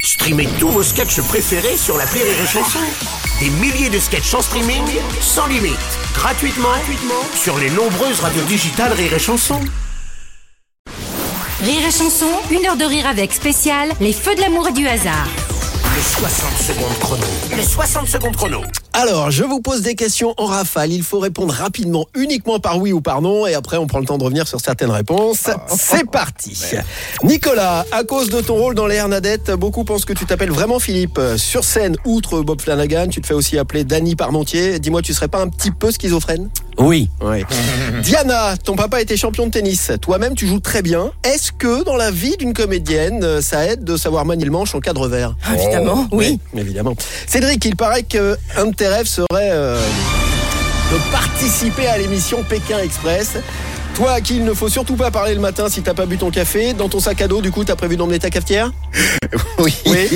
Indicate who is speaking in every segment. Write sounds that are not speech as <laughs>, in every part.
Speaker 1: Streamez tous vos sketchs préférés sur la Rire et Chanson. Des milliers de sketchs en streaming, sans limite, gratuitement, gratuitement sur les nombreuses radios digitales Rire et Chanson.
Speaker 2: Rire et chanson, une heure de rire avec spécial, les feux de l'amour et du hasard.
Speaker 1: Le 60 secondes chrono. Le 60 secondes chrono.
Speaker 3: Alors, je vous pose des questions en rafale. Il faut répondre rapidement, uniquement par oui ou par non, et après on prend le temps de revenir sur certaines réponses. C'est parti. Nicolas, à cause de ton rôle dans les Hernadettes, beaucoup pensent que tu t'appelles vraiment Philippe. Sur scène, outre Bob Flanagan, tu te fais aussi appeler Danny Parmentier. Dis-moi, tu serais pas un petit peu schizophrène
Speaker 4: Oui.
Speaker 3: Oui. Diana, ton papa était champion de tennis. Toi-même, tu joues très bien. Est-ce que dans la vie d'une comédienne, euh, ça aide de savoir manier le manche en cadre vert
Speaker 4: Évidemment, oui.
Speaker 3: Évidemment. Cédric, il paraît que un de tes rêves serait euh, de participer à l'émission Pékin Express. Toi à qui il ne faut surtout pas parler le matin si t'as pas bu ton café. Dans ton sac à dos, du coup, t'as prévu d'emmener ta cafetière
Speaker 4: <laughs> Oui.
Speaker 3: Oui.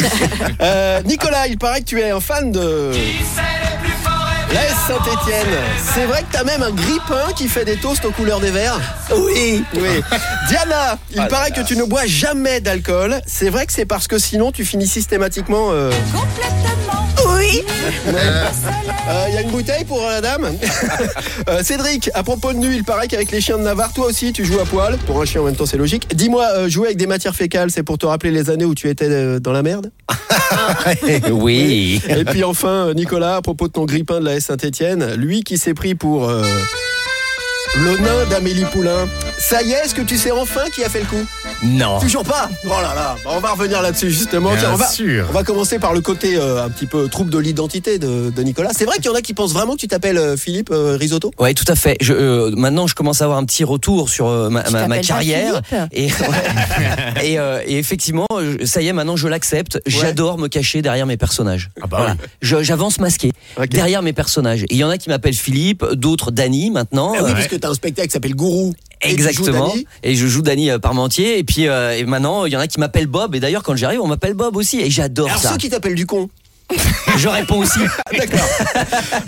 Speaker 3: Euh, Nicolas, il paraît que tu es un fan de... L'AS Saint-Etienne. C'est vrai que t'as même un grippin qui fait des toasts aux couleurs des verts
Speaker 4: Oui.
Speaker 3: oui. <laughs> Diana, il paraît que tu ne bois jamais d'alcool. C'est vrai que c'est parce que sinon tu finis systématiquement. euh,
Speaker 2: Complètement.
Speaker 4: Oui.
Speaker 3: euh, Il y a une bouteille pour la dame. <laughs> Euh, Cédric, à propos de nu, il paraît qu'avec les chiens de Navarre, toi aussi tu joues à poil. Pour un chien en même temps, c'est logique. Dis-moi, euh, jouer avec des matières fécales, c'est pour te rappeler les années où tu étais euh, dans la merde
Speaker 4: Oui.
Speaker 3: Et puis enfin, euh, Nicolas, à propos de ton grippin de la S Saint-Etienne, lui qui s'est pris pour. euh, le nain d'Amélie Poulain. Ça y est, est-ce que tu sais enfin qui a fait le coup
Speaker 4: Non.
Speaker 3: Toujours pas Oh là là, bah on va revenir là-dessus justement.
Speaker 5: Bien
Speaker 3: Tiens, on, va,
Speaker 5: sûr.
Speaker 3: on va commencer par le côté euh, un petit peu trouble de l'identité de, de Nicolas. C'est vrai qu'il y en a qui pensent vraiment que tu t'appelles euh, Philippe euh, Risotto
Speaker 4: Ouais, tout à fait. Je, euh, maintenant, je commence à avoir un petit retour sur euh, ma,
Speaker 6: Tu
Speaker 4: ma- ma
Speaker 6: t'appelles pas
Speaker 4: carrière. Et,
Speaker 3: <laughs>
Speaker 4: ouais. et, euh, et effectivement, euh, ça y est, maintenant, je l'accepte. J'adore me cacher derrière mes personnages. Voilà. Je- J'avance masqué
Speaker 3: Ah bah Ok.
Speaker 4: derrière mes personnages. Et Il y en a qui m'appellent Philippe, d'autres Dany maintenant.
Speaker 3: Ah oui,
Speaker 4: Euh,
Speaker 3: parce que t'as un spectacle qui s'appelle Gourou. Et tu joues
Speaker 4: Exactement.
Speaker 3: Dany.
Speaker 4: Et je joue Dany euh, Parmentier. Et puis euh, et maintenant, il y en a qui m'appellent Bob. Et d'ailleurs, quand j'arrive, on m'appelle Bob aussi. Et j'adore
Speaker 3: Alors
Speaker 4: ça.
Speaker 3: ceux qui t'appellent du con.
Speaker 4: Je
Speaker 3: <laughs>
Speaker 4: réponds aussi.
Speaker 3: D'accord.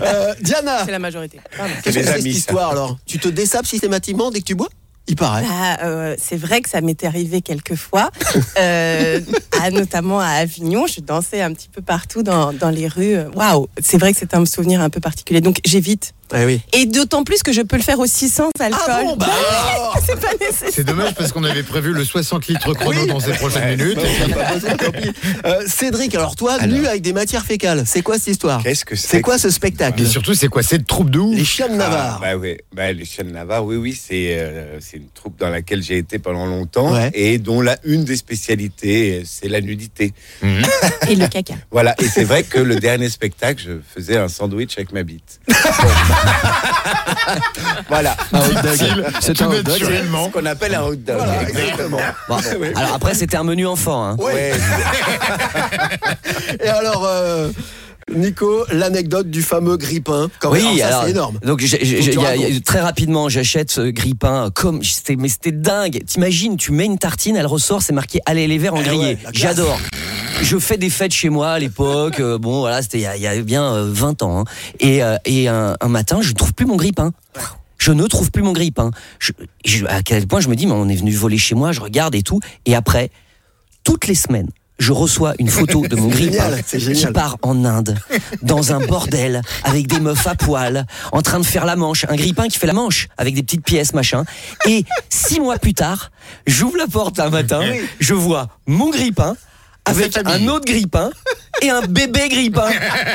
Speaker 3: Euh, Diana,
Speaker 7: C'est la majorité.
Speaker 3: qu'est-ce que
Speaker 5: les
Speaker 3: c'est cette
Speaker 5: amis, ça.
Speaker 3: histoire alors Tu te dessapes systématiquement dès que tu bois Il paraît.
Speaker 7: Bah, euh, c'est vrai que ça m'est arrivé quelques fois, <laughs> euh, à- notamment à Avignon. Je dansais un petit peu partout dans, dans les rues. Waouh, c'est vrai que c'est un souvenir un peu particulier. Donc j'évite.
Speaker 3: Ah oui.
Speaker 7: Et d'autant plus que je peux le faire aussi sans alcool.
Speaker 3: Ah bon, bah alors
Speaker 7: <laughs> c'est pas nécessaire.
Speaker 5: C'est dommage parce qu'on avait prévu le 60 litres chrono dans ces prochaines minutes.
Speaker 3: C'est pas
Speaker 7: <laughs>
Speaker 3: possible, tant pis. Euh, Cédric, alors toi, nu avec des matières fécales, c'est quoi cette histoire
Speaker 8: Qu'est-ce que c'est
Speaker 3: C'est quoi ce spectacle
Speaker 5: Et surtout, c'est quoi cette troupe de
Speaker 3: Les
Speaker 5: ouf
Speaker 3: chiens de
Speaker 8: Ah,
Speaker 3: Navarre.
Speaker 8: bah oui, bah, les Chiens de Navarre, oui, oui, c'est euh, c'est une troupe dans laquelle j'ai été pendant longtemps
Speaker 3: Ouais.
Speaker 8: et dont la une des spécialités, euh, c'est la nudité.
Speaker 7: Et le caca.
Speaker 8: Voilà, et c'est vrai que le dernier spectacle, je faisais un sandwich avec ma bite. <laughs> voilà,
Speaker 3: bah.
Speaker 5: Dit-il,
Speaker 3: Ah, C'est
Speaker 5: tout
Speaker 3: un hot dog.
Speaker 8: ce
Speaker 5: naturellement.
Speaker 8: qu'on appelle un hot dog.
Speaker 3: Voilà,
Speaker 8: exactement.
Speaker 4: Bon.
Speaker 3: <laughs>
Speaker 4: Alors après, c'était un menu enfant. hein.
Speaker 8: Ouais,
Speaker 3: Et alors, euh, Nico, l'anecdote du fameux grippin. Quand même, alors ça, c'est énorme.
Speaker 4: Donc, j'ai- j'ai-
Speaker 3: Faut que tu
Speaker 4: il y a-
Speaker 3: racontes.
Speaker 4: il y a- très rapidement, j'achète ce grippin comme c'était, mais c'était dingue. T'imagines, tu mets une tartine, elle ressort, c'est marqué allez les verres en
Speaker 3: Eh
Speaker 4: grillé.
Speaker 3: ouais, la classe.
Speaker 4: J'adore. Je fais des fêtes chez moi à l'époque. euh, bon, voilà, c'était il y a- il y, a bien euh, 20 ans. hein. Et, euh, et un, un matin, je ne trouve plus mon grippin. Je ne trouve plus mon grippin. Je- je- à quel point je me dis, mais on est venu voler chez moi, je regarde et tout. Et après, toutes les semaines, je reçois une photo de mon grippin
Speaker 3: génial, c'est
Speaker 4: qui
Speaker 3: génial.
Speaker 4: part en Inde, dans un bordel, avec des meufs à poil, en train de faire la manche, un grippin qui fait la manche, avec des petites pièces, machin. Et six mois plus tard, j'ouvre la porte un matin, je vois mon grippin, avec un autre grippin, et un bébé grippin.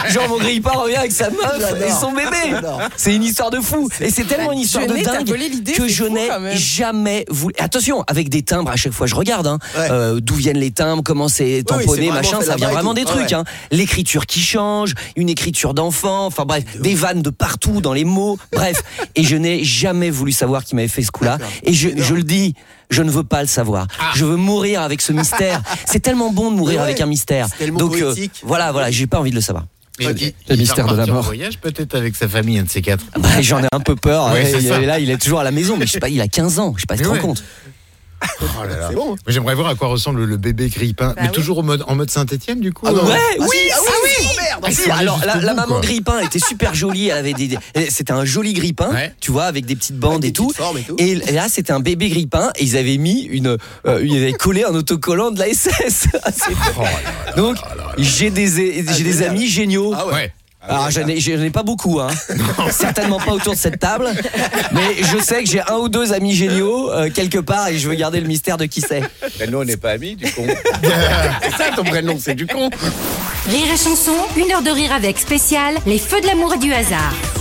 Speaker 4: Genre mon grippin revient avec sa meuf
Speaker 3: J'adore.
Speaker 4: et son bébé.
Speaker 3: J'adore.
Speaker 4: C'est une histoire de fou. Et c'est tellement une histoire de
Speaker 7: Jeunet, t'as
Speaker 4: dingue
Speaker 7: volé l'idée,
Speaker 4: que
Speaker 7: c'est
Speaker 4: je
Speaker 7: fou
Speaker 4: n'ai
Speaker 7: quand même.
Speaker 4: jamais voulu. Attention, avec des timbres à chaque fois, je regarde hein,
Speaker 3: Ouais.
Speaker 4: euh, d'où viennent les timbres, comment c'est
Speaker 3: oui, c'est
Speaker 4: tamponné,
Speaker 3: vraiment
Speaker 4: machin.
Speaker 3: fait
Speaker 4: Ça
Speaker 3: là-bas
Speaker 4: vient
Speaker 3: et
Speaker 4: vraiment
Speaker 3: tout.
Speaker 4: des
Speaker 3: Ouais,
Speaker 4: trucs.
Speaker 3: ouais.
Speaker 4: hein. L'écriture qui change, une écriture d'enfant. Enfin bref, des vannes de partout dans
Speaker 3: <laughs>
Speaker 4: les mots. Bref, et je n'ai jamais voulu savoir qui m'avait fait ce coup-là. Et je, je le dis. Je ne veux pas le savoir. Je veux mourir avec
Speaker 3: <laughs>
Speaker 4: ce mystère. C'est tellement bon de mourir
Speaker 3: Ah. Ouais,
Speaker 4: avec un mystère.
Speaker 3: c'est tellement
Speaker 4: Donc euh,
Speaker 3: poétique.
Speaker 4: voilà, voilà, j'ai pas envie de le savoir.
Speaker 5: Mais il- il va
Speaker 9: mystères de la
Speaker 5: repartir en
Speaker 9: mort.
Speaker 5: voyage peut-être avec sa famille, un de ces quatre.
Speaker 3: <laughs>
Speaker 4: Bah, J'en ai un peu peur.
Speaker 5: Ouais,
Speaker 4: Et
Speaker 5: c'est ça.
Speaker 4: là, il est toujours à la maison, mais je sais pas, il a 15 ans. Je sais pas, tu te
Speaker 5: Mais
Speaker 4: rends
Speaker 5: ouais.
Speaker 4: compte.
Speaker 5: Oh là là.
Speaker 3: C'est bon.
Speaker 5: Mais J'aimerais voir à quoi ressemble le bébé grippin. mais
Speaker 7: oui.
Speaker 5: toujours au mode, en mode Saint-Etienne, du coup
Speaker 3: non.
Speaker 5: euh,
Speaker 4: Ouais,
Speaker 3: Ah,
Speaker 4: oui,
Speaker 3: si, ah
Speaker 4: si,
Speaker 3: oui,
Speaker 4: si.
Speaker 3: oh, merde,
Speaker 4: Ah,
Speaker 5: si,
Speaker 4: si,
Speaker 5: allez
Speaker 4: alors, la,
Speaker 5: jusqu'au
Speaker 4: la
Speaker 5: bout,
Speaker 4: maman
Speaker 5: quoi.
Speaker 4: grippin était super jolie. Elle avait des, des- euh, c'était un joli grippin,
Speaker 5: Ouais.
Speaker 4: tu vois, avec des petites bandes
Speaker 3: des
Speaker 4: et, tout.
Speaker 3: petites formes et tout.
Speaker 4: Et l- là, c'était un bébé grippin. Et ils avaient mis une, euh, ils avaient collé un autocollant de la SS. <laughs> Ah, c'est- Donc, j'ai des, j'ai des amis géniaux.
Speaker 5: Ah ouais.
Speaker 4: Alors, j'en ai, j'en ai pas beaucoup, hein. <laughs> certainement pas autour de cette table, mais je sais que j'ai un ou deux amis géniaux euh, quelque part et je veux garder le mystère de qui c'est.
Speaker 8: Ben, nous, on n'est pas amis, du con.
Speaker 5: C'est ça ton prénom, c'est du con.
Speaker 2: Rire et chanson, une heure de rire avec spécial, les feux de l'amour et du hasard.